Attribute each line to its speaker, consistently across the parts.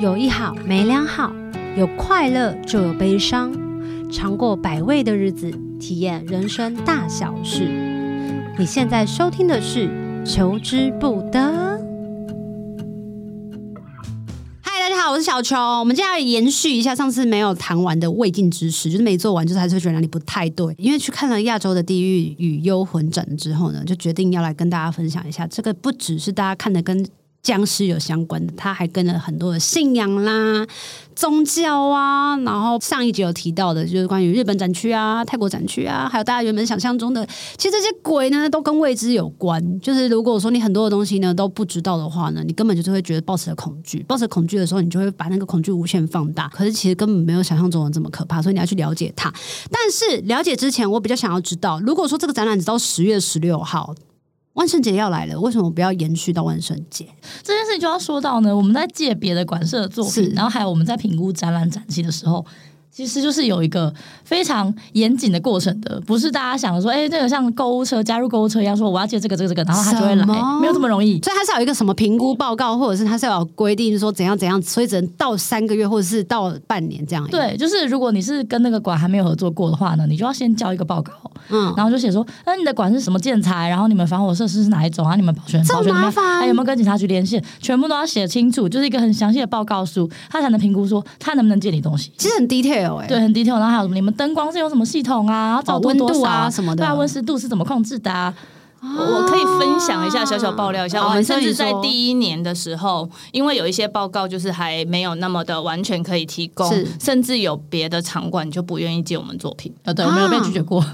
Speaker 1: 有一好没两好，有快乐就有悲伤，尝过百味的日子，体验人生大小事。你现在收听的是《求之不得》。嗨，大家好，我是小球。我们接下来延续一下上次没有谈完的未尽之事，就是没做完，就是还是会觉得哪里不太对。因为去看了《亚洲的地狱与幽魂展》之后呢，就决定要来跟大家分享一下，这个不只是大家看的跟僵尸有相关的，它还跟了很多的信仰啦、宗教啊，然后上一集有提到的，就是关于日本展区啊、泰国展区啊，还有大家原本想象中的，其实这些鬼呢都跟未知有关。就是如果说你很多的东西呢都不知道的话呢，你根本就是会觉得抱持了恐惧，抱持恐惧的时候，你就会把那个恐惧无限放大。可是其实根本没有想象中的这么可怕，所以你要去了解它。但是了解之前，我比较想要知道，如果说这个展览直到十月十六号。万圣节要来了，为什么不要延续到万圣节？
Speaker 2: 这件事情就要说到呢，我们在借别的馆舍的作
Speaker 1: 是
Speaker 2: 品，然后还有我们在评估展览展期的时候。其实就是有一个非常严谨的过程的，不是大家想的说，哎、这个像购物车加入购物车一样，说我要借这个这个这个，然后他就会来
Speaker 1: 什么，
Speaker 2: 没有这么容易。
Speaker 1: 所以它是要有一个什么评估报告，或者是它是要有规定说怎样怎样，所以只能到三个月或者是到半年这样。，
Speaker 2: 对，就是如果你是跟那个馆还没有合作过的话呢，你就要先交一个报告，
Speaker 1: 嗯，
Speaker 2: 然后就写说，那、你的馆是什么建材，然后你们防火设施是哪一种啊，你们保全
Speaker 1: 这么
Speaker 2: 保全怎么
Speaker 1: 麻烦
Speaker 2: 样，还有没有跟警察局联系，全部都要写清楚，就是一个很详细的报告书，他才能评估说他能不能借你东西。
Speaker 1: 其实很 detail 哎、
Speaker 2: 对，很 detail。然后还有什么？你们灯光是用什么系统啊？然后照
Speaker 1: 温
Speaker 2: 多
Speaker 1: 度
Speaker 2: 少
Speaker 1: 啊什么的
Speaker 2: 对啊，温湿度是怎么控制的啊？
Speaker 3: 我可以分享一下，小小爆料一下。
Speaker 1: 好哦
Speaker 3: 我
Speaker 1: 你
Speaker 3: 们
Speaker 1: 说
Speaker 3: 甚至
Speaker 1: 你
Speaker 3: 在
Speaker 1: 说
Speaker 3: 第一年的时候，因为有一些报告就是还没有那么的完全可以提供
Speaker 1: 是，
Speaker 3: 甚至有别的场馆就不愿意借我们作品。
Speaker 1: 哦
Speaker 2: 呃，对，我没有被拒绝过。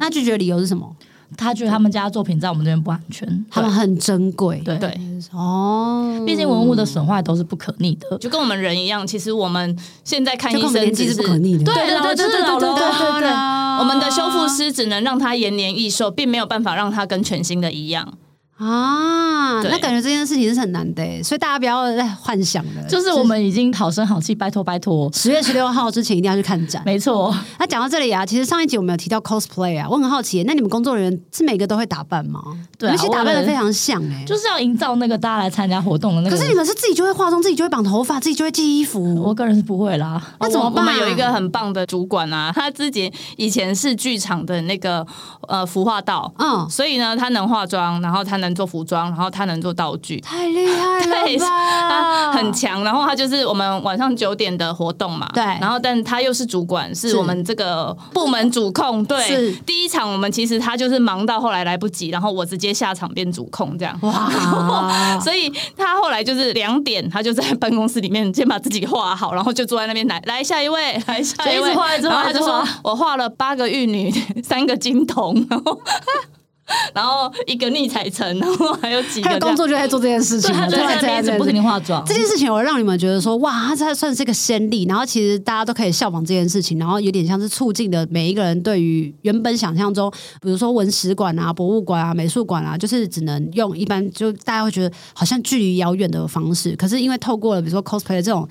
Speaker 1: 那拒绝的理由是什么？
Speaker 2: 啊他觉得他们家的作品在我们这边不安全。
Speaker 1: 他们很珍贵。
Speaker 2: 对
Speaker 3: 对，
Speaker 1: 哦，
Speaker 2: 毕竟文物的损坏都是不可逆
Speaker 1: 嗯
Speaker 2: 的。
Speaker 3: 就跟我们人一样，其实我们现在看
Speaker 1: 就
Speaker 3: 医
Speaker 1: 跟我们
Speaker 3: 生
Speaker 1: 年纪
Speaker 3: 只
Speaker 1: 是不可逆的。啊
Speaker 3: 对对对对对对对对
Speaker 1: 对啊
Speaker 3: 对，我们的修复师只能让他延年益寿，并没有办法让他跟全新的一样。
Speaker 1: 啊，
Speaker 3: 对
Speaker 1: 那感觉这件事情是很难的、欸，所以大家不要再幻想了。
Speaker 2: 就是我们已经好声好气，拜托拜托。
Speaker 1: 十月十六号之前一定要去看展。
Speaker 2: 没错，
Speaker 1: 那讲到这里啊，其实上一集我们有提到 cosplay 啊，我很好奇，那你们工作人员是每个都会打扮吗？
Speaker 2: 对啊
Speaker 1: 而且打扮
Speaker 2: 我
Speaker 1: 的
Speaker 2: 们
Speaker 1: 非常像哎、
Speaker 2: 就是要营造那个大家来参加活动的那个。
Speaker 1: 可是你们是自己就会化妆，自己就会绑头发，自己就会系衣服，
Speaker 2: 我个人是不会啦。
Speaker 1: 那怎么
Speaker 3: 我我
Speaker 1: 办？
Speaker 3: 们有一个很棒的主管啊，他自己以前是剧场的那个呃服化道，
Speaker 1: 嗯，
Speaker 3: 所以呢，他能化妆，然后他能做服装，然后他能做道具，
Speaker 1: 太厉害 了
Speaker 3: 对他
Speaker 2: 啊
Speaker 1: 吧，
Speaker 3: 很强。然后他就是我们晚上九点的活动嘛，
Speaker 1: 对
Speaker 3: 然后，但他又是主管，
Speaker 1: 是
Speaker 3: 是我们这个部门主控。
Speaker 1: 是
Speaker 3: 对，第一场我们其实他就是忙到后来来不及，然后我直接下场变主控这样。
Speaker 1: 哇！
Speaker 3: 所以他后来就是两点，他就在办公室里面先把自己画好，然后就坐在那边来来下一位，来下一
Speaker 2: 就一
Speaker 3: 位，
Speaker 2: 直画一直画
Speaker 3: 然后他就
Speaker 2: 一
Speaker 3: 说
Speaker 2: 直画
Speaker 3: 我画了八个玉女，三个金童， 然后然后一个逆彩城，然后还有几个
Speaker 1: 还有
Speaker 3: 这
Speaker 1: 工
Speaker 3: 样
Speaker 1: 作就在做这件事情
Speaker 2: 对，
Speaker 1: 了，
Speaker 2: 他就在那边一直不停地化妆
Speaker 1: 这。件事情有让你们觉得说，哇，它才算是一个先例，然后其实大家都可以效仿这件事情，然后有点像是促进了每一个人对于原本想象中，比如说文史馆啊、博物馆啊、美术馆啊，就是只能用一般就大家会觉得好像距离遥远的方式，可是因为透过了比如说 cosplay 这种。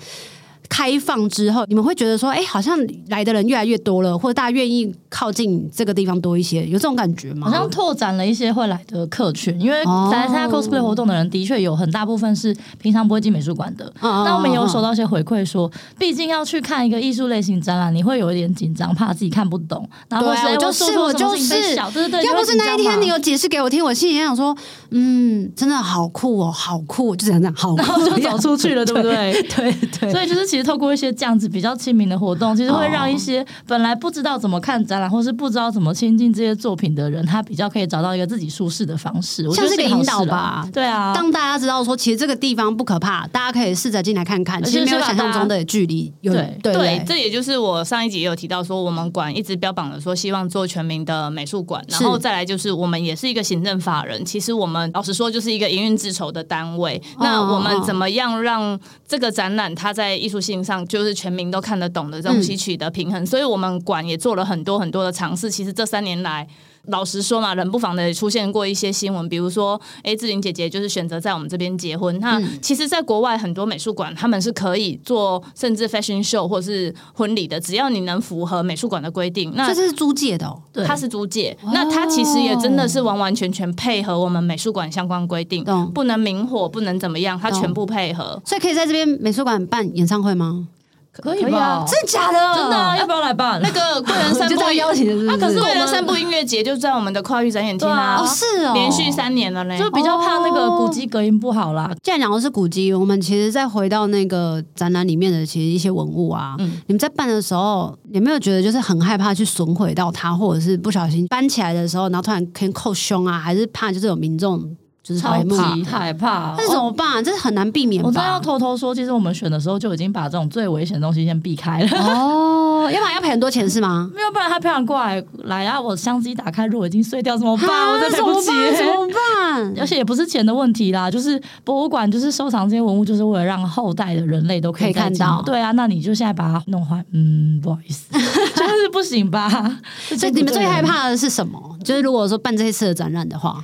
Speaker 1: 开放之后，你们会觉得说，哎、好像来的人越来越多了，或者大家愿意靠近这个地方多一些，有这种感觉吗？
Speaker 2: 好像拓展了一些会来的客群，因为
Speaker 1: 哦
Speaker 2: 来参加 cosplay 活动的人，的确有很大部分是平常不会进美术馆的。
Speaker 1: 嗯
Speaker 2: 那我们也有收
Speaker 1: 嗯
Speaker 2: 到一些回馈说，毕竟要去看一个艺术类型展览，你会有一点紧张，怕自己看不懂，然后
Speaker 1: 对啊
Speaker 2: 是哎
Speaker 1: 我就
Speaker 2: 我
Speaker 1: 是
Speaker 2: 做错
Speaker 1: 我
Speaker 2: 什么事情
Speaker 1: 就是
Speaker 2: 被笑，对对对，
Speaker 1: 要不是那一天你有解释给我听，我心里想说，嗯，真的好酷哦，好酷哦，就这样这样，好酷，
Speaker 2: 然后就走出去了， 对不对？
Speaker 1: 对对
Speaker 2: 所以就是其实透过一些这样子比较亲民的活动，其实会让一些本来不知道怎么看展览，或是不知道怎么亲近这些作品的人，他比较可以找到一个自己舒适的方式。我觉
Speaker 1: 像
Speaker 2: 得
Speaker 1: 是
Speaker 2: 是
Speaker 1: 个
Speaker 2: 好
Speaker 1: 引
Speaker 2: 事啊
Speaker 1: 导
Speaker 2: 啦
Speaker 1: 吧
Speaker 2: 对啊，
Speaker 1: 当大家知道说，其实这个地方不可怕，大家可以试着进来看看，
Speaker 2: 而且
Speaker 1: 其实没有
Speaker 2: 是把
Speaker 1: 想象
Speaker 2: 大家
Speaker 1: 中的距离有
Speaker 2: 对
Speaker 1: 对
Speaker 3: 对，
Speaker 1: 不
Speaker 3: 这也就是我上一集也有提到说，我们馆一直标榜的说希望做全民的美术馆，然
Speaker 1: 是
Speaker 3: 后再来就是我们也是一个行政法人，其实我们老实说就是一个营运自筹的单位。那我们怎么样让这个展览它在艺术性上就是全民都看得懂的东西取得平衡？所以我们馆也做了很多很多的尝试。其实这三年来。老实说嘛，冷不防的出现过一些新闻，比如说，哎，志玲姐姐就是选择在我们这边结婚。那
Speaker 1: 嗯
Speaker 3: 其实，在国外很多美术馆，他们是可以做甚至 fashion show 或是婚礼的，只要你能符合美术馆的规定。那
Speaker 1: 这是租借的哦，
Speaker 2: 对，
Speaker 3: 它是租借，那它其实也真的是完完全全配合我们美术馆相关规定
Speaker 1: 懂，
Speaker 3: 不能明火，不能怎么样，它
Speaker 1: 懂
Speaker 3: 全部配合。
Speaker 1: 所以可以在这边美术馆办演唱会吗？
Speaker 2: 可以
Speaker 3: 可以
Speaker 2: 吧
Speaker 3: 啊？
Speaker 1: 真的假的？
Speaker 2: 真的 啊，要不要来办？
Speaker 3: 那个贵人 散
Speaker 1: 就
Speaker 3: 步
Speaker 1: 到邀请的是不是
Speaker 2: 啊可是我
Speaker 3: 贵人
Speaker 2: 们
Speaker 3: 散步音乐节就在我们的跨域展演厅
Speaker 2: 对
Speaker 1: 哦，
Speaker 3: 啊
Speaker 2: 啊，
Speaker 1: 是哦，
Speaker 3: 连续。三年了嘞。
Speaker 2: 就比较怕那个古迹隔音不好啦。
Speaker 1: 既然讲的是古迹，我们其实再回到那个展览里面的其实一些文物啊，
Speaker 2: 嗯
Speaker 1: 你们在办的时候有没有觉得就是很害怕去损毁到它，或者是不小心搬起来的时候，然后突然可以扣胸啊，还是怕就是有民众就是
Speaker 2: 超
Speaker 1: 白目，
Speaker 2: 级害怕，哦
Speaker 1: 那怎么办？这是很难避免
Speaker 2: 我真的
Speaker 1: 吧？
Speaker 2: 要偷偷说，其实我们选的时候就已经把这种最危险的东西先避开了。
Speaker 1: 哦，要不然要赔很多钱是吗？
Speaker 2: 没有，不然他培养过来来啊！我相机打开，如果已经碎掉怎么办？
Speaker 1: 啊
Speaker 2: 我真的
Speaker 1: 怎么
Speaker 2: 对不起。
Speaker 1: 办？怎么办？
Speaker 2: 而且也不是钱的问题啦，就是博物馆就是收藏这些文物，就是为了让后代的人类都可
Speaker 1: 可以
Speaker 2: 以再
Speaker 1: 看
Speaker 2: 见到。
Speaker 1: 到
Speaker 2: 对啊，那你就现在把它弄坏，嗯，不好意 思，就是不行吧？
Speaker 1: 所以你们最害
Speaker 2: 这就不对啊了，
Speaker 1: 怕的是什么？就是如果说办这一次的展览的话，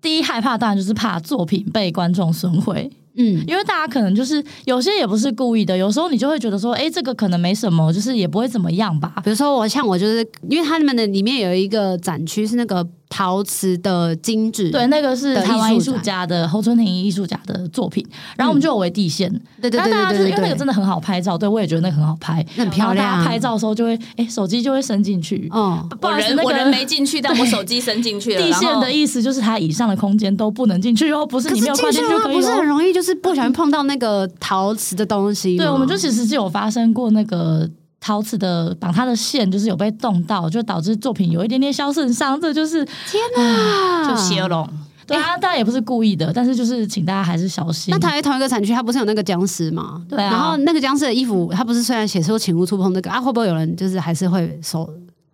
Speaker 2: 第一害怕当然就是怕作品被观众损毁。
Speaker 1: 嗯，
Speaker 2: 因为大家可能就是有些也不是故意的，有时候你就会觉得说，哎，这个可能没什么，就是也不会怎么样吧。
Speaker 1: 比如说我像我就是，因为他们的里面有一个展区是那个陶瓷的精致，
Speaker 2: 对，那个是
Speaker 1: 的
Speaker 2: 台湾
Speaker 1: 艺
Speaker 2: 艺
Speaker 1: 术
Speaker 2: 术
Speaker 1: 展
Speaker 2: 家的侯春婷艺术家的作品，然后我们就有为地线，
Speaker 1: 对对
Speaker 2: 那
Speaker 1: 对
Speaker 2: 大
Speaker 1: 对
Speaker 2: 家
Speaker 1: 对
Speaker 2: 就
Speaker 1: 对
Speaker 2: 是因为那个
Speaker 1: 对，
Speaker 2: 真的很好拍照，对我也觉得那个很好拍，
Speaker 1: 那很漂亮
Speaker 2: 然后大家拍照的时候就会，哎，手机就会伸进去。
Speaker 1: 哦，
Speaker 2: 不
Speaker 3: 我
Speaker 2: 好意思，
Speaker 3: 人
Speaker 2: 那
Speaker 3: 我人
Speaker 2: 个
Speaker 3: 没进去，但我手机伸进去了。
Speaker 2: 地线
Speaker 3: 然后
Speaker 2: 的意思就是它以上的空间都不能进去哦，不是
Speaker 1: 可
Speaker 2: 你
Speaker 1: 是
Speaker 2: 没有跨
Speaker 1: 进去
Speaker 2: 进
Speaker 1: 的
Speaker 2: 就
Speaker 1: 话
Speaker 2: 可
Speaker 1: 不
Speaker 2: 以
Speaker 1: 是很
Speaker 2: 哦。
Speaker 1: 容易，就是不小心碰到那个陶瓷的东西吗。
Speaker 2: 对，我们就其实是有发生过那个。陶瓷的绑它的线就是有被动到，就导致作品有一点点小损伤，这就是
Speaker 1: 天哪，
Speaker 3: 就邪龙，
Speaker 2: 对啊，当然也不是故意的，但是就是请大家还是小心。
Speaker 1: 那台湾同一个产区，它不是有那个僵尸吗？
Speaker 2: 对啊
Speaker 1: 然后那个僵尸的衣服，它不是虽然写说请勿触碰那个啊，会不会有人就是还是会手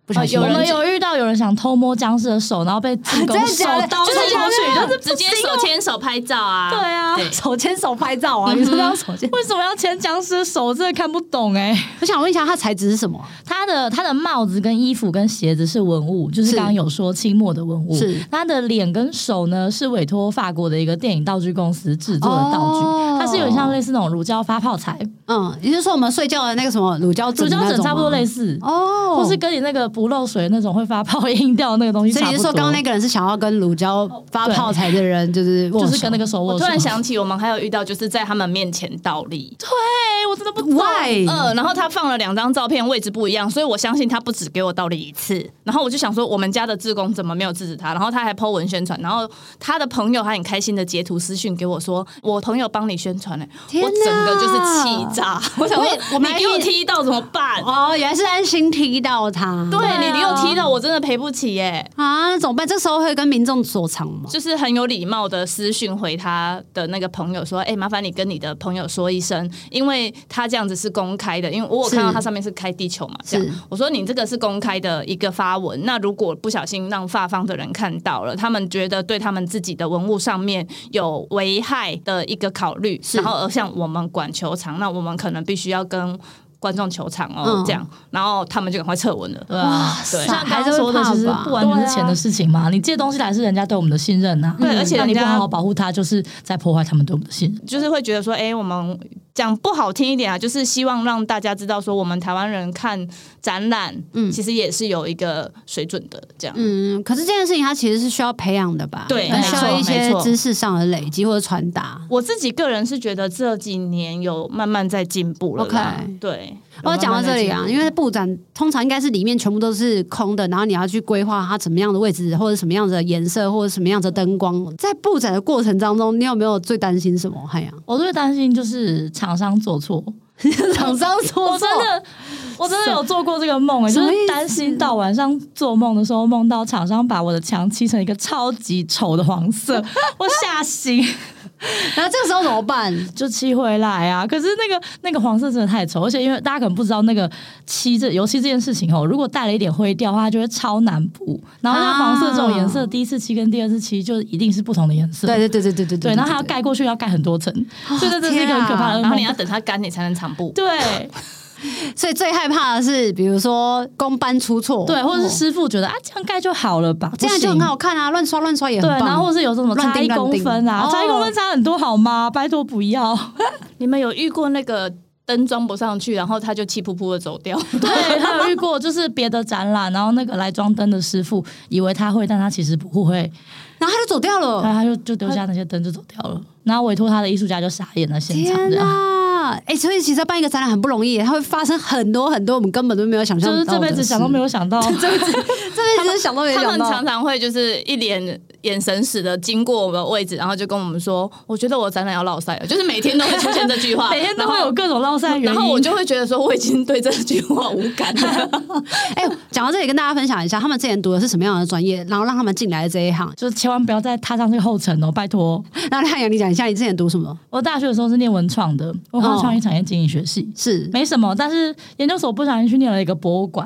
Speaker 1: 不小心？
Speaker 3: 有
Speaker 2: 我
Speaker 3: 人
Speaker 2: 们啊有遇到有人想偷摸僵尸啊的手，然后被自
Speaker 1: 真
Speaker 2: 宫
Speaker 1: 的
Speaker 2: 手
Speaker 1: 假的
Speaker 2: 刀
Speaker 1: 就
Speaker 2: 偷
Speaker 1: 是这样
Speaker 2: 过去， 就是
Speaker 3: 直接手牵手拍照啊。
Speaker 2: 对啊，
Speaker 3: 哦对
Speaker 1: 手牵手拍照 啊，你说要手牵？
Speaker 2: 为什么要牵僵尸的手？我真的看不懂哎、
Speaker 1: 我想问一下，它材质是什么啊？
Speaker 2: 他的他的帽子跟衣服跟鞋子是文物，就是
Speaker 1: 是
Speaker 2: 刚刚有说清末的文物。
Speaker 1: 是
Speaker 2: 他的脸跟手呢是委托法国的一个电影道具公司制作的道具，
Speaker 1: 哦
Speaker 2: 它是有点像类似那种乳胶发泡材，
Speaker 1: 嗯，也就是说我们睡觉的那个什么乳胶枕的
Speaker 2: 乳胶
Speaker 1: 那种吗，
Speaker 2: 枕差不多类似。
Speaker 1: 哦，
Speaker 2: 或是跟你那个不漏水的那种会发泡 硬掉的那个东西
Speaker 1: 所以
Speaker 2: 差
Speaker 1: 你
Speaker 2: 不多，
Speaker 1: 是说刚刚那个人是想要跟乳胶发泡材的人，就是握手
Speaker 2: 就是跟那个手握
Speaker 3: 我
Speaker 2: 手。
Speaker 3: 突然想起，我们还有遇到就是在他们面前倒立，
Speaker 2: 哎，我真的不懂。
Speaker 1: why？
Speaker 2: 嗯
Speaker 3: 呃，然后他放了两张照片，位置不一样，所以我相信他不止给我倒立一次。然后我就想说，我们家的志工怎么没有制止他？然后他还 po 文宣传，然后他的朋友还很开心的截图私讯给我说，我朋友帮你宣传呢、欸
Speaker 1: 天哪
Speaker 3: 我整个就是气炸， 我想
Speaker 1: 我
Speaker 3: 说
Speaker 1: 也我们
Speaker 3: 你给我踢到怎么办？
Speaker 1: 哦，原来是担心踢到他，
Speaker 3: 对
Speaker 2: 啊
Speaker 3: 你给我踢到，我真的赔不起耶、
Speaker 1: 啊，那怎么办？这时候会跟民众所长吗？
Speaker 3: 就是很有礼貌的私讯回他的那个朋友说：“哎、麻烦你跟你的朋友说一声，因为他这样子是公开的，因为我有看到
Speaker 1: 是
Speaker 3: 他上面是开地球嘛，这
Speaker 1: 是
Speaker 3: 样我说你这个是公开的一个发文，那如果不小心让发方的人看到了，他们觉得对他们自己的文物上面有危害的一个考虑，然后而像我们管球场，那我们可能必须要跟。”观众球场哦，
Speaker 1: 嗯
Speaker 3: 这样，然后他们就赶快撤文了。
Speaker 2: 对啊，
Speaker 3: 对
Speaker 2: 像刚刚说的，
Speaker 1: 还是
Speaker 2: 其
Speaker 1: 会
Speaker 2: 实
Speaker 1: 怕吧
Speaker 2: 不完全是钱的事情嘛。你借东西来是人家对我们的信任呐、啊，
Speaker 3: 对而且
Speaker 2: 那你
Speaker 3: 人
Speaker 2: 不
Speaker 3: 家
Speaker 2: 好好保护它，就是在破坏他们对我们的信任。
Speaker 3: 就是会觉得说，哎、我们讲不好听一点啊，就是希望让大家知道说，我们台湾人看展览，嗯，其实也是有一个水准的，这样。
Speaker 1: 嗯，可是这件事情它其实是需要培养的吧？
Speaker 3: 对
Speaker 1: 它需要
Speaker 3: 没错
Speaker 1: 一些
Speaker 3: 没错
Speaker 1: 知识上的累积或者传达。
Speaker 3: 我自己个人是觉得这几年有慢慢在进步了啦
Speaker 1: OK
Speaker 3: 对。
Speaker 1: 我要讲到这里啊，因为布展通常应该是里面全部都是空的，然后你要去规划它怎么样的位置，或者什么样子的颜色，或者什么样子的灯光。在布展的过程当中，你有没有最担心什么？ 海洋
Speaker 2: 我最担心就是厂商做错，
Speaker 1: 厂商说
Speaker 2: 我真的，我真的有做过这个梦、欸，
Speaker 1: 什
Speaker 2: 就
Speaker 1: 么
Speaker 2: 是
Speaker 1: 意思
Speaker 2: 担心到晚上做梦的时候，梦到厂商把我的墙漆成一个超级丑的黄色，我吓醒，
Speaker 1: 然后这个时候怎么办？
Speaker 2: 就漆回来啊。可是那个那个黄色真的太丑，而且因为大家可能不知道那个漆这油漆这件事情哦，如果带了一点灰调的话，它就会超难补。然后像黄色这种颜色，
Speaker 1: 啊
Speaker 2: 第一次漆跟第二次漆就一定是不同的颜色。
Speaker 1: 对对对对对对哦啊
Speaker 2: 对，然后它要盖过去要盖很多层，所以这真是一个很可怕的噩
Speaker 3: 然后
Speaker 2: 梦
Speaker 3: 你。要等它干，你才能藏布。
Speaker 2: 对，
Speaker 1: 所以最害怕的是，比如说公班出错，哦
Speaker 2: 对，或者是师傅觉得啊这样盖就好了吧，
Speaker 1: 这样就
Speaker 2: 不
Speaker 1: 很
Speaker 2: 行
Speaker 1: 好看啊，乱刷乱刷也很
Speaker 2: 对，
Speaker 1: 棒。
Speaker 2: 然后或是有什么
Speaker 1: 乱
Speaker 2: 差
Speaker 1: 钉
Speaker 2: 一
Speaker 1: 乱
Speaker 2: 公
Speaker 1: 钉
Speaker 2: 分啊，
Speaker 1: 哦
Speaker 2: 差一公分差很多好吗？拜托不要。
Speaker 3: 你们有遇过那个灯装不上去，然后他就气扑扑的走 掉？
Speaker 2: 对，还有遇过就是别的展览，然后那个来装灯的师傅以为他会，但他其实不会，
Speaker 1: 然后他就走掉
Speaker 2: 然
Speaker 1: 了。
Speaker 2: 后他就就丢下那些灯就走掉了。然后委托他的艺术家就傻眼了，现场
Speaker 1: 天啊
Speaker 2: 这样。
Speaker 1: 哪！哎、所以其实要办一个展览很不容易，它会发生很多很多我们根本都没有想象到
Speaker 2: 就是
Speaker 1: 的事。
Speaker 2: 这辈子想都没有想到，这辈 子
Speaker 1: 这辈子想都没
Speaker 3: 他
Speaker 1: 想
Speaker 3: 们
Speaker 1: 到。
Speaker 3: 常常会就是一脸眼神死的经过我们的位置，然后就跟我们说：“我觉得我展览要落赛了。”就是每天都会出现这 句话，
Speaker 2: 每天都会
Speaker 3: 然后
Speaker 2: 有各种绕赛原因。
Speaker 3: 然后我就会觉得说，我已经对这句话无 感了。
Speaker 1: 哎、讲到这里，跟大家分享一下，他们之前读的是什么样的专业，然后让他们进来这一行。
Speaker 2: 就是千万不要再踏上这个后尘哦，拜托！
Speaker 1: 那亮阳，你讲一下你之前读什么？
Speaker 2: 我大学的时候是念文创的，文化创意产业经营学系，
Speaker 1: 是
Speaker 2: 没什么。但是研究所不小心去念了一个博物馆，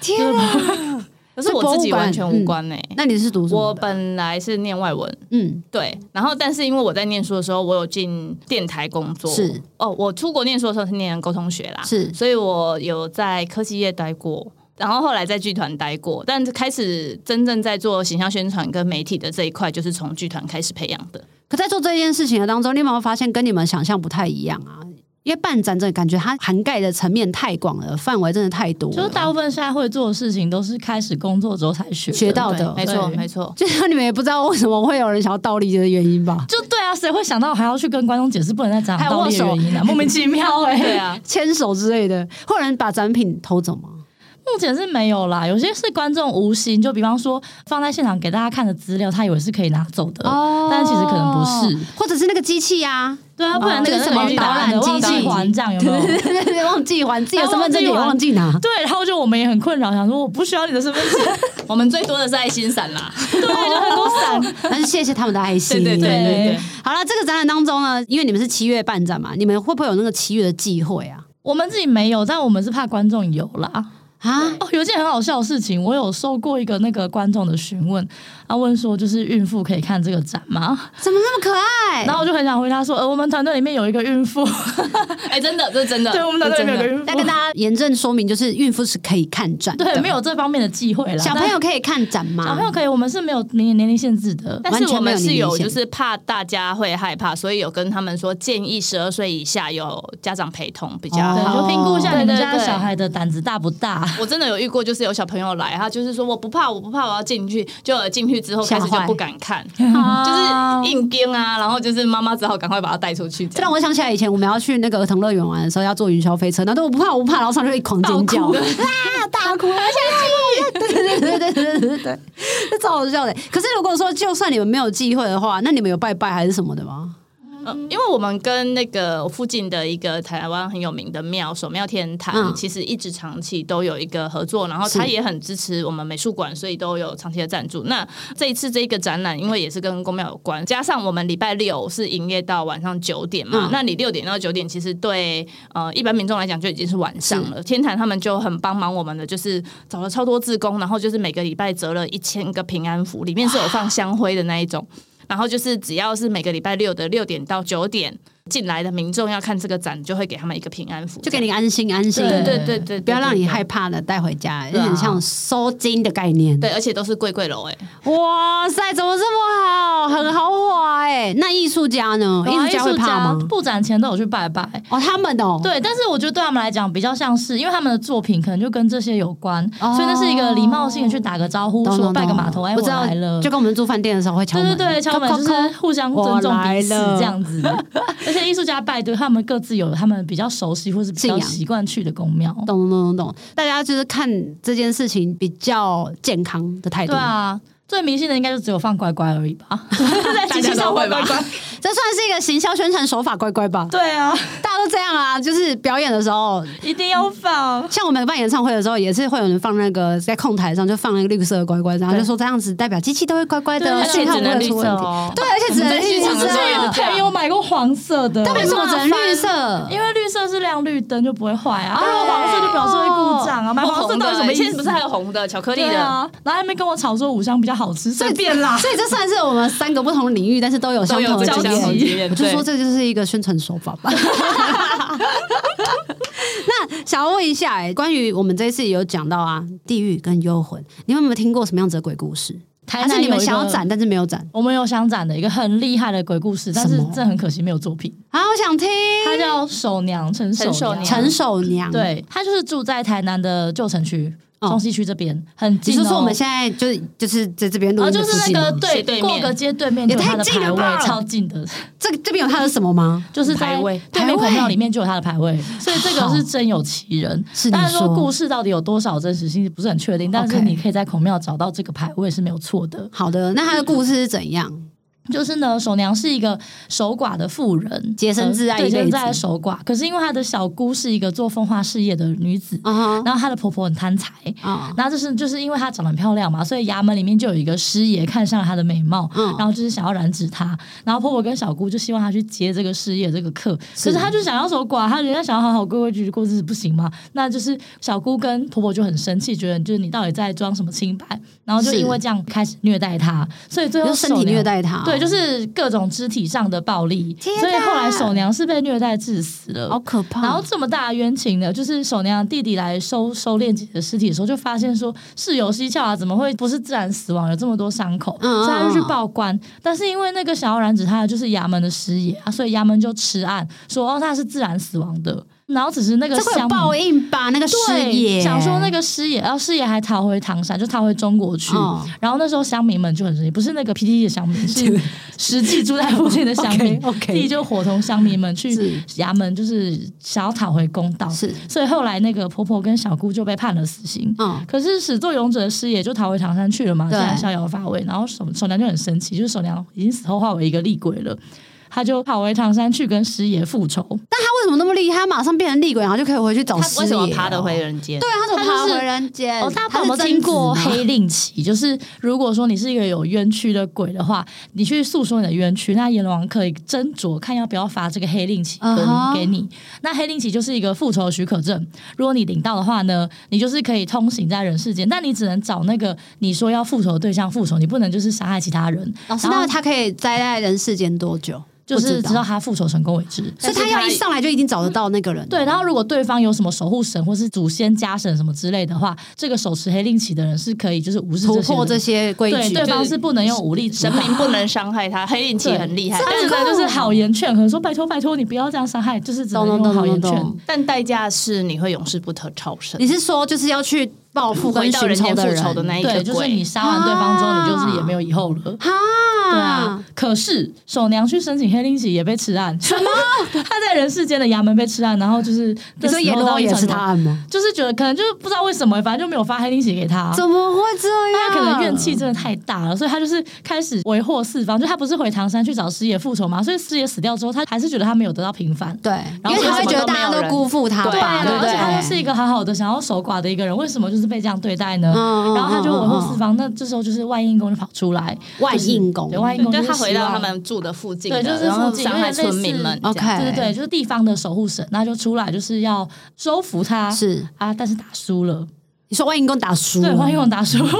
Speaker 1: 天啊！
Speaker 3: 可是我自己完全
Speaker 2: 嗯
Speaker 3: 无关呢、
Speaker 1: 那你是读什
Speaker 3: 我
Speaker 1: 么的？
Speaker 3: 本来是念外文，
Speaker 1: 嗯，
Speaker 3: 对，然后但是因为我在念书的时候，我有进电台工作。
Speaker 1: 是
Speaker 3: 哦，我出国念书的时候是念沟通学啦，
Speaker 1: 是
Speaker 3: 所以我有在科技业待过，然后后来在剧团待过，但开始真正在做形象宣传跟媒体的这一块，就是从剧团开始培养的。
Speaker 1: 可在做这件事情的当中，你有没有发现跟你们想象不太一样啊？因为办展，真的感觉它涵盖的层面太广了，范围真的太多了。
Speaker 2: 就是大部分现在会做的事情都是开始工作之后才学
Speaker 1: 学到
Speaker 2: 的。
Speaker 1: 好的
Speaker 3: 对没错，
Speaker 2: 哦对
Speaker 3: 没错。
Speaker 1: 就是你们也不知道为什么会有人想要倒立的原因吧？
Speaker 2: 就对啊，谁会想到还要去跟观众解释不能再讲
Speaker 1: 还有
Speaker 2: 道理的
Speaker 1: 握手
Speaker 2: 原因呢、莫名其妙 哎、
Speaker 3: 对啊，
Speaker 1: 牵手之类的，或者人把展品偷走吗？
Speaker 2: 目前是没有啦，有些是观众无心，就比方说放在现场给大家看的资料，他以为是可以拿走的，
Speaker 1: 哦
Speaker 2: 但其实可能不是。，
Speaker 1: 或者是那个机器呀、
Speaker 2: 对啊，不然那
Speaker 1: 这
Speaker 2: 个
Speaker 1: 是什么
Speaker 2: 那个
Speaker 1: 导览
Speaker 2: 忘记
Speaker 1: 机器
Speaker 2: 还账有没 有？
Speaker 1: 啊，忘记还自己的身份证也忘记拿。
Speaker 2: 对，然后就我们也很困扰，想说我不需要你的身份证，
Speaker 3: 我们最多的是爱心伞啦，
Speaker 2: 对，就很多伞。
Speaker 1: 但是谢谢他们的爱心。
Speaker 3: 对对对对对。
Speaker 1: 好了，这个展览当中呢，因为你们是七月办展嘛，你们会不会有那个七月的忌讳啊？
Speaker 2: 我们自己没有，但我们是怕观众有啦。
Speaker 1: 啊，
Speaker 2: 哦，有一件很好笑的事情，我有受过一个那个观众的询问，他问说就是孕妇可以看这个展吗？
Speaker 1: 怎么那么可爱？
Speaker 2: 然后我就很想回答说，呃，我们团队里面有一个孕妇，
Speaker 3: 哎、真的，这是真的，
Speaker 2: 对，我们团
Speaker 3: 这
Speaker 2: 队里
Speaker 3: 真
Speaker 2: 面有一
Speaker 3: 的
Speaker 2: 个。孕
Speaker 1: 要跟
Speaker 2: 妇
Speaker 1: 大。家严正说明，就是孕妇是可以看展的，
Speaker 2: 对，没有这方面的忌讳啦。
Speaker 1: 小朋友可以看展吗？
Speaker 2: 但小朋友可以，我们是没有明年年龄限制的。
Speaker 3: 但是我们是有，
Speaker 1: 完全没有年龄限
Speaker 3: 就是怕大家会害怕，所以有跟他们说建议十二岁以下有家长陪同比较
Speaker 2: 对，
Speaker 3: 好。
Speaker 1: 哦
Speaker 2: 就评估一下你
Speaker 3: 对
Speaker 2: 们
Speaker 3: 对
Speaker 2: 家
Speaker 3: 对
Speaker 2: 小孩的胆子大不大。
Speaker 3: 我真的有遇过，就是有小朋友来，他就是说我不怕，我不怕，我要进去。就进去之后
Speaker 1: 吓
Speaker 3: 开
Speaker 1: 坏
Speaker 3: 始就不敢看，
Speaker 1: 啊
Speaker 3: 就是 硬盯啊，然后就是妈妈只好赶快把他带出去这
Speaker 1: 这
Speaker 3: 样。
Speaker 1: 让我想起来以前我们要去那个儿童乐园玩的时候，要坐云霄飞车，然后都我不怕，我不怕，然后上去一狂尖叫，
Speaker 3: 爆哭
Speaker 1: 啊，大哭，下去，对对对对对对对对，这 超好笑的。可是如果说就算你们没有忌讳的话，那你们有拜拜还是什么的吗？
Speaker 3: 嗯因为我们跟那个附近的一个台湾很有名的庙守庙天坛，
Speaker 1: 嗯
Speaker 3: 其实一直长期都有一个合作，然后
Speaker 1: 是
Speaker 3: 他也很支持我们美术馆，所以都有长期的赞助。那这一次这个展览，因为也是跟公庙有关，加上我们礼拜六是营业到晚上九点嘛，
Speaker 1: 嗯
Speaker 3: 那你六点到九点，其实对呃一般民众来讲就已经是晚上了。天坛他们就很帮忙我们的，就是找了超多志工，然后就是每个礼拜折了一千个平安符，里面是有放香灰的那一种。然后就是只要是每个礼拜六的六点到九点进来的民众要看这个展，就会给他们一个平安符，
Speaker 1: 就给你安心安心，
Speaker 3: 这样。
Speaker 2: 对
Speaker 3: 对对对对，
Speaker 1: 不要让你害
Speaker 3: 害。
Speaker 1: 怕的带回家，有
Speaker 2: 啊
Speaker 1: 点像收金的概念。
Speaker 3: 对，而且都是贵贵楼哎，
Speaker 1: 哇塞，怎么这么好，很豪华哎！那艺术家呢？
Speaker 2: 然后
Speaker 1: 艺术家会怕吗？
Speaker 2: 布展前都有去拜拜。
Speaker 1: 哦，他们哦，
Speaker 2: 对，但是我觉得对他们来讲比较像是，因为他们的作品可能就跟这些有关，
Speaker 1: 哦
Speaker 2: 所以那是一个礼貌性的去打个招呼，
Speaker 1: 懂，
Speaker 2: 说
Speaker 1: 懂
Speaker 2: 拜个
Speaker 1: 懂
Speaker 2: 码头，哎，
Speaker 1: 我知道
Speaker 2: 来了，
Speaker 1: 就跟我们住饭店的时候会敲
Speaker 2: 对
Speaker 1: 门，
Speaker 2: 对对，敲门
Speaker 1: 叩
Speaker 2: 就
Speaker 1: 叩
Speaker 2: 是
Speaker 1: 叩
Speaker 2: 互相尊重彼此
Speaker 1: 我来了
Speaker 2: 这样 子。而且艺术家拜对他们各自有他们比较熟悉或是比
Speaker 1: 信
Speaker 2: 较
Speaker 1: 仰
Speaker 2: 习惯去的宫庙。
Speaker 1: 懂懂懂懂，大家就是看这件事情比较健康的态度，
Speaker 2: 对啊，最迷信的应该就只有放乖乖而已吧， 在集体上放乖 乖。
Speaker 1: 这算是一个行销宣传手法，乖乖吧？
Speaker 2: 对啊，
Speaker 1: 大家都这样啊，就是表演的时候，
Speaker 2: 一定要放。
Speaker 1: 像我们办演唱会的时候，也是会有人放那个在控台上就放那个绿色的乖乖，然后就说这样子代表机器都会乖乖的，
Speaker 2: 对
Speaker 1: 信号
Speaker 3: 而且
Speaker 1: 不
Speaker 3: 呃只能
Speaker 1: 会出
Speaker 3: 绿色
Speaker 1: 问题。
Speaker 3: 哦。
Speaker 1: 对，而且只能绿
Speaker 3: 我们在剧场的时候也
Speaker 1: 色
Speaker 3: 是。这样
Speaker 2: 朋友买过黄色的，
Speaker 1: 但为什么只能绿色？
Speaker 2: 因为绿色是亮绿灯就不会坏啊，如果黄色就表示会故障
Speaker 1: 哦
Speaker 2: 啊，买黄色
Speaker 3: 红的
Speaker 2: 到底
Speaker 3: 欸
Speaker 2: 什么意
Speaker 3: 现在
Speaker 2: 思？
Speaker 3: 不是还有红的巧克力
Speaker 2: 对
Speaker 3: 的？
Speaker 2: 啊，然后还没跟我吵说五香比较好吃，随便啦。
Speaker 1: 所以这算是我们三个不同领域，但是都有相同的
Speaker 2: 都
Speaker 1: 经
Speaker 2: 有交集
Speaker 1: 验。我就说
Speaker 3: 对
Speaker 1: 这就是一个宣传手法吧。 那想要问一下、哎，关于我们这一次有讲到啊，地狱跟幽魂，你们有没有听过什么样子的鬼故事？
Speaker 2: 台
Speaker 1: 还
Speaker 2: 南
Speaker 1: 是你们
Speaker 2: 有一个
Speaker 1: 想要展，，但是没有展
Speaker 2: 我们有想展的一个很厉害的鬼故事，但是
Speaker 1: 什么
Speaker 2: 这很可惜没有作品。
Speaker 1: 啊？我想听
Speaker 2: 她叫守娘，陈
Speaker 3: 陈守
Speaker 2: 守
Speaker 3: 娘
Speaker 1: 陈守娘。，
Speaker 2: 对，她就是住在台南的旧城区、
Speaker 1: 哦
Speaker 2: 中西区这边，很
Speaker 1: 你
Speaker 2: 近、哦。
Speaker 1: 说说我们现在就是就是在这边录
Speaker 2: 啊，
Speaker 1: 音的
Speaker 2: 就
Speaker 1: 附
Speaker 2: 是
Speaker 1: 近吗、
Speaker 2: 那个
Speaker 3: 斜对
Speaker 2: 过
Speaker 3: 面
Speaker 2: 个街对面就有
Speaker 1: 也太
Speaker 2: 他的
Speaker 1: 近
Speaker 2: 牌
Speaker 1: 了
Speaker 2: 位
Speaker 1: 吧，
Speaker 2: 超近的，
Speaker 1: 这个这边有他的什么吗？
Speaker 2: 就是在
Speaker 3: 牌位
Speaker 2: 对
Speaker 1: 牌
Speaker 2: 面
Speaker 1: 位
Speaker 2: 孔庙里面就有他的牌位，所以这个是真有其人。
Speaker 1: 是你
Speaker 2: 当然说
Speaker 1: 说
Speaker 2: 故事到底有多少真实性不是很确定，但是
Speaker 1: OK
Speaker 2: 你可以在孔庙找到这个牌位是没有错的。
Speaker 1: 好的，那他的故事是怎样？
Speaker 2: 就是呢，守娘是一个守寡的妇人，
Speaker 1: 洁身自爱
Speaker 2: 呃对
Speaker 1: 一
Speaker 2: 洁
Speaker 1: 辈
Speaker 2: 身自爱
Speaker 1: 子
Speaker 2: 守寡。可是因为她的小姑是一个做风化事业的女子，
Speaker 1: 啊
Speaker 2: 然后她的婆婆很贪财，
Speaker 1: 哈啊
Speaker 2: 然后就是就是因为她长得很漂亮嘛，所以衙门里面就有一个师爷看上了她的美貌，
Speaker 1: 嗯
Speaker 2: 然后就是想要染指她。然后婆婆跟小姑就希望她去接这个师爷这个课，可是她就想要守寡，她人家想要好好规规矩矩过日子不行吗？那就是小姑跟婆婆就很生气，觉得就是你到底在装什么清白？然后就是因为这样开始虐待她，所以最后
Speaker 1: 用身体
Speaker 2: 手娘
Speaker 1: 虐。待他，
Speaker 2: 对，就是各种肢体上的暴力，
Speaker 1: 天
Speaker 2: 所以后来
Speaker 1: 哪哦
Speaker 2: 守娘是被虐待致死了。
Speaker 1: 好可怕。
Speaker 2: 然后这么大的冤情呢，就是守娘弟弟来收收练姐的尸体的时候，就发现说是有蹊跷啊，怎么会不是自然死亡，有这么多伤口？
Speaker 1: 嗯嗯嗯
Speaker 2: 所以他就去报官。但是因为那个想要染指他的就是衙门的师爷啊，所以衙门就吃案说哦他是自然死亡的。然后只是那个
Speaker 1: 这会有
Speaker 2: 乡民
Speaker 1: 报应吧？那个师
Speaker 2: 对
Speaker 1: 爷
Speaker 2: 想说那个师爷，然后师爷还逃回唐山，就逃回中国去。
Speaker 1: 哦
Speaker 2: 然后那时候乡民们就很生气，不是那个 PTT 的乡民， 是实际住在附近的乡民，
Speaker 1: 哦 OK，OK
Speaker 2: 自己就伙同乡民们去
Speaker 1: 是
Speaker 2: 衙门，就是想要讨回公道。
Speaker 1: 是
Speaker 2: 所以后来那个婆婆跟小姑就被判了死刑。
Speaker 1: 嗯
Speaker 2: 可是始作俑者的师爷就逃回唐山去了嘛，
Speaker 1: 对
Speaker 2: 现在逍遥法外。然后守守娘就很生气，就是守娘已经死后化为一个厉鬼了，他就跑回唐山去跟师爷复仇。
Speaker 1: 但他为什么那么厉害？他马上变成厉鬼，然后就可以回去找
Speaker 3: 他
Speaker 1: 师爷。
Speaker 3: 为什么爬得回？人间？
Speaker 1: 对啊，他怎么爬
Speaker 2: 他就是
Speaker 1: 回人间？
Speaker 2: 哦，大家
Speaker 1: 嗯他
Speaker 2: 有没有
Speaker 1: 是
Speaker 2: 听过
Speaker 1: 贞子吗
Speaker 2: 黑令旗？就是如果说你是一个有冤屈的鬼的话，你去诉说你的冤屈，那阎罗王可以斟酌看要不要发这个黑令旗给你。
Speaker 1: 嗯哼
Speaker 2: 给你那黑令旗就是一个复仇许可证，如果你领到的话呢，你就是可以通行在人世间，但你只能找那个你说要复仇的对象复仇，你不能就是杀害其他人。
Speaker 1: 老师，
Speaker 2: 然后
Speaker 1: 那哦他可以待在人世间多久？
Speaker 2: 就是
Speaker 1: 不
Speaker 2: 直到他复仇成功为止。
Speaker 1: 所以
Speaker 3: 但
Speaker 1: 他
Speaker 3: 是他
Speaker 1: 要一上来就一定找得到那个人。
Speaker 2: 对，然后如果对方有什么守护神或是祖先家神什么之类的话，这个手持黑令旗的人是可以就是无视
Speaker 1: 突
Speaker 2: 这些
Speaker 1: 破
Speaker 2: 人
Speaker 1: 这些规
Speaker 2: 对，
Speaker 1: 矩，
Speaker 2: 对方是不能用武力
Speaker 3: 神
Speaker 2: 神
Speaker 3: 明不能伤害他，黑令旗
Speaker 2: 对
Speaker 3: 很厉害，
Speaker 2: 但
Speaker 3: 但
Speaker 2: 是
Speaker 3: 是
Speaker 2: 呢，
Speaker 1: 酷
Speaker 2: 就是好言劝和，说拜托拜托，你不要这样伤害，就是只能
Speaker 1: 懂懂懂
Speaker 2: 用好
Speaker 1: 懂
Speaker 2: 言劝
Speaker 1: 懂。。
Speaker 3: 但代价是你会永世不得超生
Speaker 1: 你。是说就是要去报复
Speaker 3: 回
Speaker 1: 跟
Speaker 3: 到
Speaker 1: 寻
Speaker 3: 人
Speaker 1: 仇
Speaker 3: 间复仇
Speaker 1: 人
Speaker 3: 的那一
Speaker 2: 对，
Speaker 3: 个
Speaker 2: 就是你
Speaker 3: 鬼，
Speaker 2: 杀完对方之后，
Speaker 1: 啊
Speaker 2: 你就是也没有以后了。
Speaker 1: 哈？
Speaker 2: 对啊，可是守娘去申请黑令旗也被吃案，什么？ 他在人世间的衙门被吃案，然后就是
Speaker 1: 你说阎罗王也是他，案吗？
Speaker 2: 就是觉得可能就是不知道为什么，反正就没有发黑令旗给他。
Speaker 1: 怎么啊会这样？
Speaker 2: 啊他可能怨气真的太大了，所以他就是开始为祸四方。就他不是回唐山去找师爷复仇嘛，所以师爷死掉之后，他还是觉得他没有得到平反。
Speaker 1: 对，因
Speaker 2: 然后
Speaker 1: 为他会觉得大家都辜负他
Speaker 3: 对
Speaker 1: 吧，
Speaker 3: 啊
Speaker 1: 对不
Speaker 2: 而且他又
Speaker 1: 对？
Speaker 2: 是一个好好的想要守寡的一个人，为什么就是被这样对待呢？
Speaker 1: 嗯嗯
Speaker 2: 然后他就
Speaker 1: 嗯
Speaker 2: 维
Speaker 1: 嗯
Speaker 2: 护四方，那这时候就是外应公就跑出来，
Speaker 1: 万应公
Speaker 2: 对，外应公
Speaker 3: 对
Speaker 2: 就是
Speaker 3: 他回到
Speaker 2: 希望
Speaker 3: 他。们住的附近的，
Speaker 2: 对，就是
Speaker 3: 然
Speaker 2: 附
Speaker 3: 后
Speaker 2: 近
Speaker 3: 伤害村民们。
Speaker 1: OK
Speaker 2: 对对对，就是地方的守护神，那就出来就是要收服他，
Speaker 1: 是嗯
Speaker 2: 啊，但是打输了，
Speaker 1: 你说万应公打输，
Speaker 2: 对，外应公打输 了，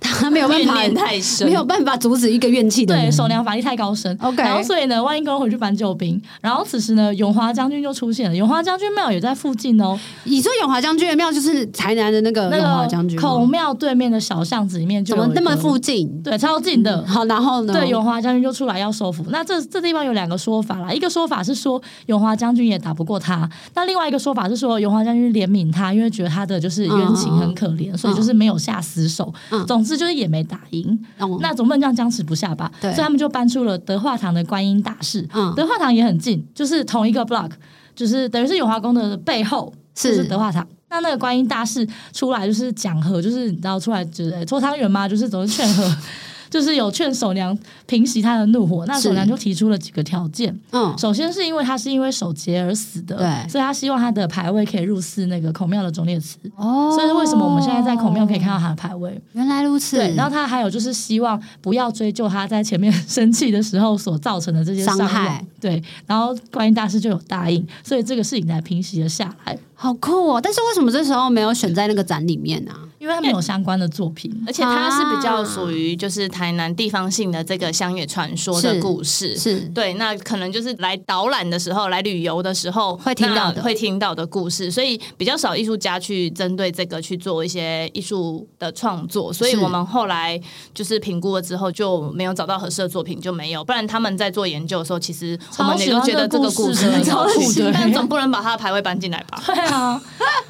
Speaker 1: 他没有办
Speaker 3: 怨
Speaker 1: 法，
Speaker 3: 念太深，
Speaker 1: 没有办法阻止一个怨气的
Speaker 2: 对，
Speaker 1: 人。
Speaker 2: 守娘法力太高深。
Speaker 1: OK
Speaker 2: 然后所以呢，万应公回去搬救兵，然后此时呢，永华将军就出现了，永华将军庙也在附近哦，
Speaker 1: 你说永华将军的庙就是台南的那个
Speaker 2: 那
Speaker 1: 永华将
Speaker 2: 个
Speaker 1: 军吗，
Speaker 2: 孔庙对面的小巷子里面就
Speaker 1: 怎么
Speaker 2: 有一
Speaker 1: 那么
Speaker 2: 个
Speaker 1: 附近？
Speaker 2: 对，超近的。
Speaker 1: 好，然后呢？
Speaker 2: 对，永华将军就出来要收服。那这这地方有两个说法啦，一个说法是说永华将军也打不过他，那另外一个说法是说永华将军怜悯他，因为觉得他的就是冤情很可怜，所以就是没有下死手。
Speaker 1: 嗯
Speaker 2: 总之就是也没打赢。
Speaker 1: 嗯
Speaker 2: 那总不能这样僵持不下吧？
Speaker 1: 对
Speaker 2: 所以他们就搬出了德化堂的观音大士。
Speaker 1: 嗯
Speaker 2: 德化堂也很近，就是同一个 block，就是等于是永华宫的背后就是是德化堂。那那个观音大士出来就是讲和，就是你知道出来就是哎搓汤圆嘛，就是总是劝和， 就是有劝守娘平息她的怒火。那
Speaker 1: 是
Speaker 2: 守娘就提出了几个条件，
Speaker 1: 嗯，
Speaker 2: 首先是因为她是因为守节而死的，
Speaker 1: 对
Speaker 2: 所以她希望她的牌位可以入祀那个孔庙的忠烈祠。
Speaker 1: 哦
Speaker 2: 所以为什么我们现在在孔庙可以看到她的牌位？
Speaker 1: 原来如此，
Speaker 2: 对，然后他还有就是希望不要追究他在前面生气的时候所造成的这些
Speaker 1: 伤
Speaker 2: 伤
Speaker 1: 害
Speaker 2: 亡。对，然后观音大师就有答应，所以这个事情才平息了下来。
Speaker 1: 好酷哦！但是为什么这时候没有选在那个展里面呢、啊？
Speaker 2: 因为他们有相关的作品。
Speaker 3: 而且它是比较属于就是台南地方性的这个乡野传说的故事，
Speaker 1: 是
Speaker 3: 对，那可能就是来导览的时候、来旅游的时候
Speaker 1: 会听到的
Speaker 3: 那会听到的故事，所以比较少艺术家去针对这个去做一些艺术的创作，所以
Speaker 1: 是
Speaker 3: 我们后来就是评估了之后就没有找到合适的作品，就没有，不然他们在做研究的时候，其实我们也都觉得这个故事很
Speaker 2: 超
Speaker 3: 好
Speaker 2: 喜欢这个故事
Speaker 3: 听
Speaker 2: 对
Speaker 3: 但总不能把他的排位搬进来吧？
Speaker 2: 对 啊，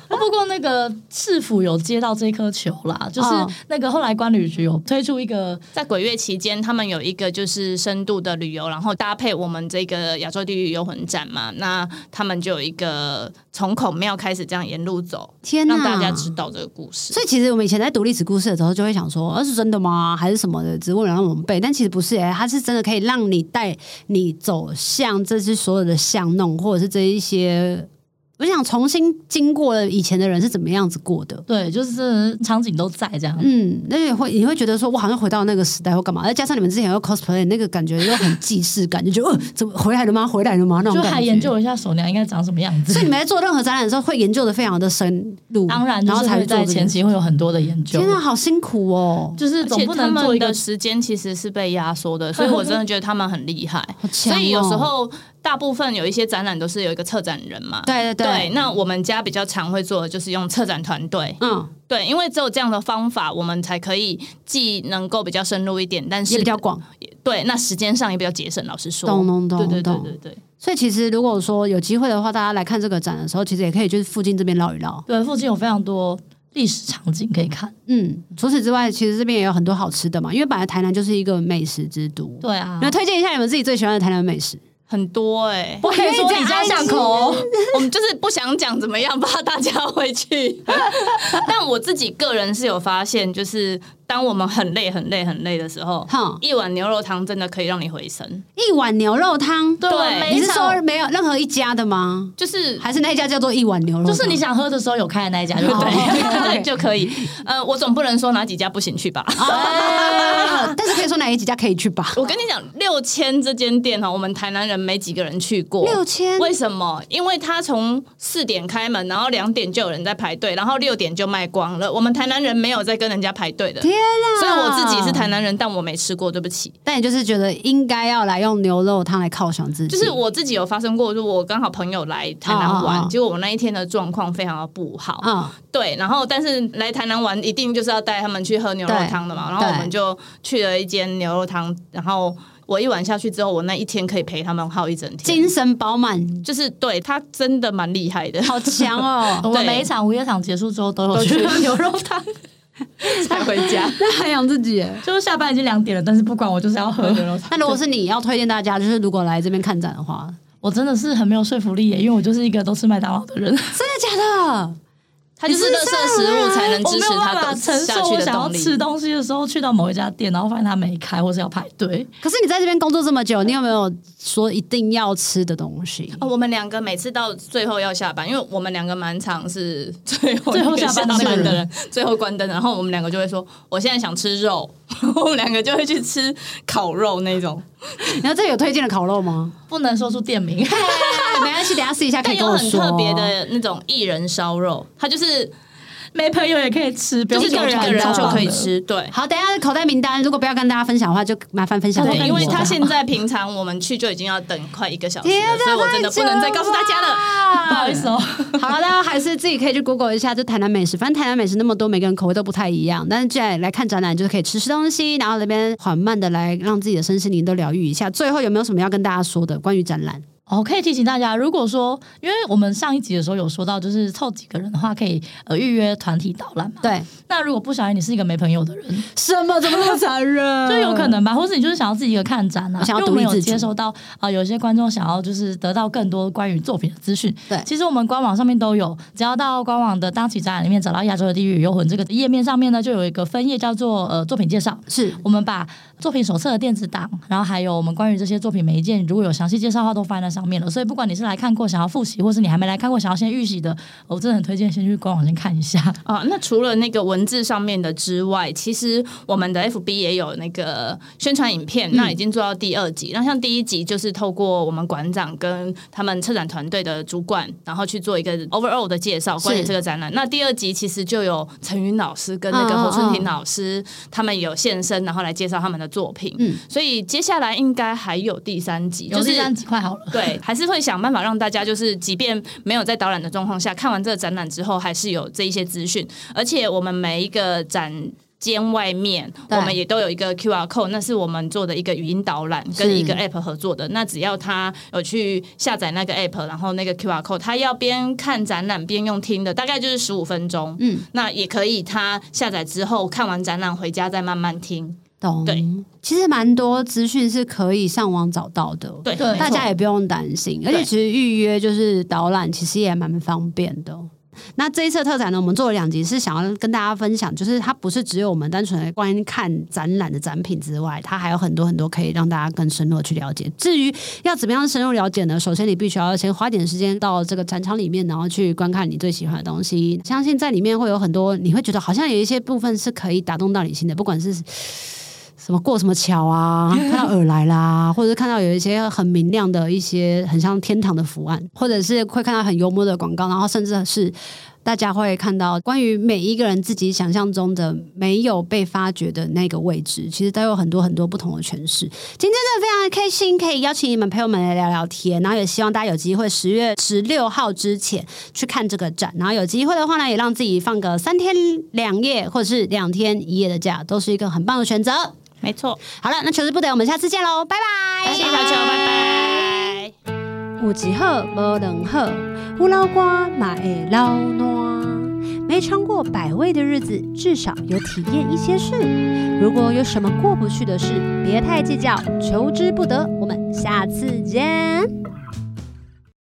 Speaker 2: 不过那个市府有接到这颗球啦，就是
Speaker 1: 哦
Speaker 2: 那个后来关旅局有推出一个
Speaker 3: 在鬼月期间，他们有一个就是深度的旅游，然后搭配我们这个亚洲地域游魂展嘛，那他们就有一个从孔庙开始这样沿路走，
Speaker 1: 天哪，
Speaker 3: 让大家知道这个故事。
Speaker 1: 所以其实我们以前在读历史故事的时候，就会想说，啊、是真的吗？还是什么的？只是为了让我们背，但其实不是诶、它是真的可以让你带你走向这些所有的巷弄，或者是这一些，我想重新经过以前的人是怎么样子过的。
Speaker 2: 对，就是真的场景都在这样。
Speaker 1: 嗯，那也会你会觉得说，我好像回到那个时代或干嘛？再加上你们之前有 cosplay，那个感觉又很既视感，就觉得呃，怎么回来了吗？回来了吗？那种
Speaker 2: 就
Speaker 1: 感觉
Speaker 2: 还研。究一下手娘应该长什么样子
Speaker 1: 所以。你们在做任何展览的时候，会研究的非常的深入，
Speaker 2: 当然，
Speaker 1: 然后
Speaker 2: 就是
Speaker 1: 才
Speaker 2: 会
Speaker 1: 会做
Speaker 2: 在
Speaker 1: 这件
Speaker 2: 前
Speaker 1: 事。
Speaker 2: 期会有很多的研究
Speaker 1: 天，啊，好辛苦哦！
Speaker 2: 就是
Speaker 3: 而
Speaker 2: 总
Speaker 3: 且
Speaker 2: 不
Speaker 3: 他
Speaker 2: 能做
Speaker 3: 们
Speaker 2: 一个
Speaker 3: 的时间其实是被压缩 的，所以我真的觉得他们很厉害。
Speaker 1: 好 强哦
Speaker 3: 所以有时候大部分有一些展览都是有一个策展人嘛。
Speaker 1: 对对
Speaker 3: 对，，那我们家比较常会做的就是用策展团队，
Speaker 1: 嗯，
Speaker 3: 对，因为只有这样的方法，我们才可以既能够比较深入一点，但
Speaker 1: 也
Speaker 3: 是
Speaker 1: 比较广。
Speaker 3: 对，那时间上也比较节省。老实说，
Speaker 1: 懂懂懂
Speaker 3: 对对对
Speaker 1: 懂
Speaker 3: 对对。
Speaker 1: 所以其实如果说有机会的话，大家来看这个展的时候，其实也可以就是附近这边绕一绕。
Speaker 2: 对附近有非常多历史场景可以看。
Speaker 1: 嗯，除此之外，其实这边也有很多好吃的嘛，因为本来台南就是一个美食之都。
Speaker 2: 对啊
Speaker 1: 你，们推荐一下你们自己最喜欢的台南美食？
Speaker 3: 很多哎、
Speaker 2: 我可以说你家巷口，
Speaker 3: 哦 我们就是不想讲怎么样，怕大家回去。 但我自己个人是有发现，就是当我们很累、很累、很累的时候，
Speaker 1: 哼，
Speaker 3: 一碗牛肉汤真的可以让你回神。
Speaker 1: 一碗牛肉汤。
Speaker 2: 对
Speaker 3: 对
Speaker 2: 每一
Speaker 1: 你是
Speaker 2: 场
Speaker 1: 说没有任何一家的吗？
Speaker 3: 就是
Speaker 1: 还是那一家叫做一碗牛肉汤？
Speaker 2: 就是你想喝的时候有开的那一家就 好。
Speaker 3: 对对就可以，呃，我总不能说哪几家不行去吧？
Speaker 1: 啊，但是可以说哪一家可以去吧？
Speaker 3: 我跟你讲，六千这间店哦，我们台南人没几个人去过。
Speaker 1: 六千
Speaker 3: 为什么？因为他从四点开门，然后两点就有人在排队，然后六点就卖光了。我们台南人没有在跟人家排队的，
Speaker 1: 天啊！
Speaker 3: 所以我自己是台，南人，但我没吃过，对不起。
Speaker 1: 但你就是觉得应该要来用牛肉汤来犒赏自己，
Speaker 3: 就是我自己有发生过，就我刚好朋友来台南
Speaker 1: 哦哦
Speaker 3: 玩，
Speaker 1: 哦
Speaker 3: 结果我那一天的状况非常的不好。
Speaker 1: 啊，
Speaker 3: 对，然后但是来台南玩一定就是要带他们去喝牛肉汤的嘛，然后我们就去了一间牛肉汤，然后我一晚下去之后，我那一天可以陪他们耗一整天
Speaker 1: 精。神饱 满，
Speaker 3: 就是对他真的蛮厉害的，
Speaker 1: 好强 哦！
Speaker 2: 我们
Speaker 3: 对
Speaker 2: 每一场午夜场结束之后都 有
Speaker 3: 我
Speaker 2: 去
Speaker 3: 去，喝牛肉汤 才回家。
Speaker 1: 那涵养自己耶。
Speaker 2: 就是下班已经两点了，但是不管我就是要喝牛肉汤。
Speaker 1: 那如果是你要推荐大家，就是如果来这边看展的话，
Speaker 2: 我真的是很没有说服力耶，因为我就是一个都吃麦当劳的人，
Speaker 1: 真的假的？
Speaker 3: 他就是啊垃圾食物 才能
Speaker 2: 我
Speaker 3: 支
Speaker 2: 没
Speaker 3: 持
Speaker 2: 有
Speaker 3: 他
Speaker 2: 办法
Speaker 3: 的
Speaker 2: 承
Speaker 3: 下
Speaker 2: 受
Speaker 3: 去
Speaker 2: 我
Speaker 3: 的
Speaker 2: 想要
Speaker 3: 动
Speaker 2: 吃
Speaker 3: 力。
Speaker 2: 东西的时候去到某一家店，然后发现他没开，或是要排 队。
Speaker 1: 可是你在这边工作这么久，你有没有说一定要吃的东西？
Speaker 3: 哦，我们两个每次到最后要下班，因为我们两个蛮常是 最后
Speaker 2: 最后
Speaker 3: 一个
Speaker 2: 下班的那
Speaker 3: 下班
Speaker 2: 个
Speaker 3: 的
Speaker 2: 人
Speaker 3: 人，最后关灯，然后我们两个就会说：“我现在想吃肉。” 我们两个就会去吃烤肉那种，
Speaker 1: 然后这里有推荐的烤肉吗？
Speaker 2: 不能说出店名，
Speaker 1: 哎没关系，等一下试一下可
Speaker 3: 但
Speaker 1: 以跟
Speaker 3: 哎有
Speaker 1: 我
Speaker 3: 很
Speaker 1: 说。
Speaker 3: 特别的那种一人烧肉，它就是
Speaker 2: 没朋友也可以吃，不
Speaker 3: 就
Speaker 2: 用
Speaker 3: 是一
Speaker 2: 说
Speaker 3: 个人
Speaker 2: 传
Speaker 3: 一个人
Speaker 2: 教
Speaker 3: 就可以
Speaker 2: 了。
Speaker 3: 吃，对。
Speaker 1: 好，等一下口袋名单，如果不要跟大家分享的话，就麻烦分享给
Speaker 3: 对，
Speaker 1: 我。
Speaker 3: 因为他
Speaker 2: 它
Speaker 3: 现在平常我们去就已经要等快一个小时
Speaker 1: 天
Speaker 3: 了，
Speaker 1: 哪，
Speaker 3: 所以我真的不能再告诉大家啊了。
Speaker 1: 了
Speaker 2: 啊 不好意思哦，
Speaker 1: 好了，大家还是自己可以去 Google 一下，就台南美食。反正台南美食那么多，每个人口味都不太一样。但是既然来看展览，就是可以吃吃东西，然后那边缓慢的来让自己的身心灵都疗愈一下。最后有没有什么要跟大家说的关于展览？
Speaker 2: 哦，可以提醒大家，如果说，因为我们上一集的时候有说到，就是凑几个人的话，可以呃预约团体导览嘛。
Speaker 1: 对，
Speaker 2: 那如果不小心你是一个没朋友的人，
Speaker 1: 什么怎么那么残忍
Speaker 2: 就有可。能吧，或是你就是想要自己一个看展啊，
Speaker 1: 嗯想要
Speaker 2: 因为
Speaker 1: 独
Speaker 2: 我们
Speaker 1: 立
Speaker 2: 有
Speaker 1: 自主
Speaker 2: 接收到啊、有些观众想要就是得到更多关于作品的资讯。
Speaker 1: 对
Speaker 2: 其实我们官网上面都有，只要到官网的当期展览里面找到《亚洲的地狱与幽魂》这个页面上面呢，就有一个分页叫做呃作品介绍。
Speaker 1: 是
Speaker 2: 我们把作品手册的电子档，然后还有我们关于这些作品每一件如果有详细介绍的话，都放在那上上面了。所以不管你是来看过想要复习，或是你还没来看过想要先预习的，我真的很推荐先去官网先看一下。
Speaker 3: 啊，那除了那个文字上面的之外，其实我们的 FB 也有那个宣传影片，那已经做到第二集。那像第一集就是透过我们馆长跟他们策展团队的主管，然后去做一个 overall 的介绍关于
Speaker 1: 是
Speaker 3: 这个展览。那第二集其实就有陈云老师跟那
Speaker 1: 嗯
Speaker 3: 个
Speaker 1: 嗯
Speaker 3: 侯春
Speaker 1: 嗯
Speaker 3: 婷老师，他们有现身，然后来介绍他们的作品。
Speaker 1: 嗯
Speaker 3: 所以接下来应该还有第三集，
Speaker 2: 有
Speaker 3: 就是
Speaker 2: 这样几块好了。
Speaker 3: 对，还是会想办法让大家就是，即便没有在导览的状况下，看完这个展览之后，还是有这一些资讯。而且我们每一个展间外面，
Speaker 1: 对
Speaker 3: 我们也都有一个 QR code，那是我们做的一个语音导览
Speaker 1: 是
Speaker 3: 跟一个 app 合作的。那只要他有去下载那个 app，然后那个 QR code，他要边看展览边用听的，大概就是十五分钟。
Speaker 1: 嗯，
Speaker 3: 那也可以，他下载之后看完展览回家再慢慢听。
Speaker 1: 懂。
Speaker 3: 对，
Speaker 1: 其实蛮多资讯是可以上网找到的。
Speaker 3: 对，
Speaker 2: 对
Speaker 3: 没错
Speaker 1: 大家也不用担心，而且其实预约就是导览，其实也蛮方便的。那这一次的特展呢，我们做了两集，是想要跟大家分享，就是它不是只有我们单纯的观看展览的展品之外，它还有很多很多可以让大家更深入的去了解。至于要怎么样深入了解呢？首先，你必须要先花点时间到这个展场里面，然后去观看你最喜欢的东西。相信在里面会有很多，你会觉得好像有一些部分是可以打动到你心的，不管是什么过什么桥啊，看到尔来啦，或者是看到有一些很明亮的一些很像天堂的图案，或者是会看到很幽默的广告，然后甚至是大家会看到关于每一个人自己想象中的没有被发掘的那个位置，其实都有很多很多不同的诠释。今天真的非常开心，可以邀请你们陪我们来聊聊天，然后也希望大家有机会十月十六号之前去看这个展，然后有机会的话呢，也让自己放个三天两夜或者是两天一夜的假，都是一个很棒的选择。
Speaker 3: 没错。
Speaker 1: 好了，那求之不得，我们下次见喽，拜拜！
Speaker 3: 谢谢大家，拜拜。
Speaker 1: 有一好无两好，有老瓜嘛会老烂。没尝过百味的日子，至少有体验一些事。如果有什么过不去的事，别太计较，求之不得。我们下次见。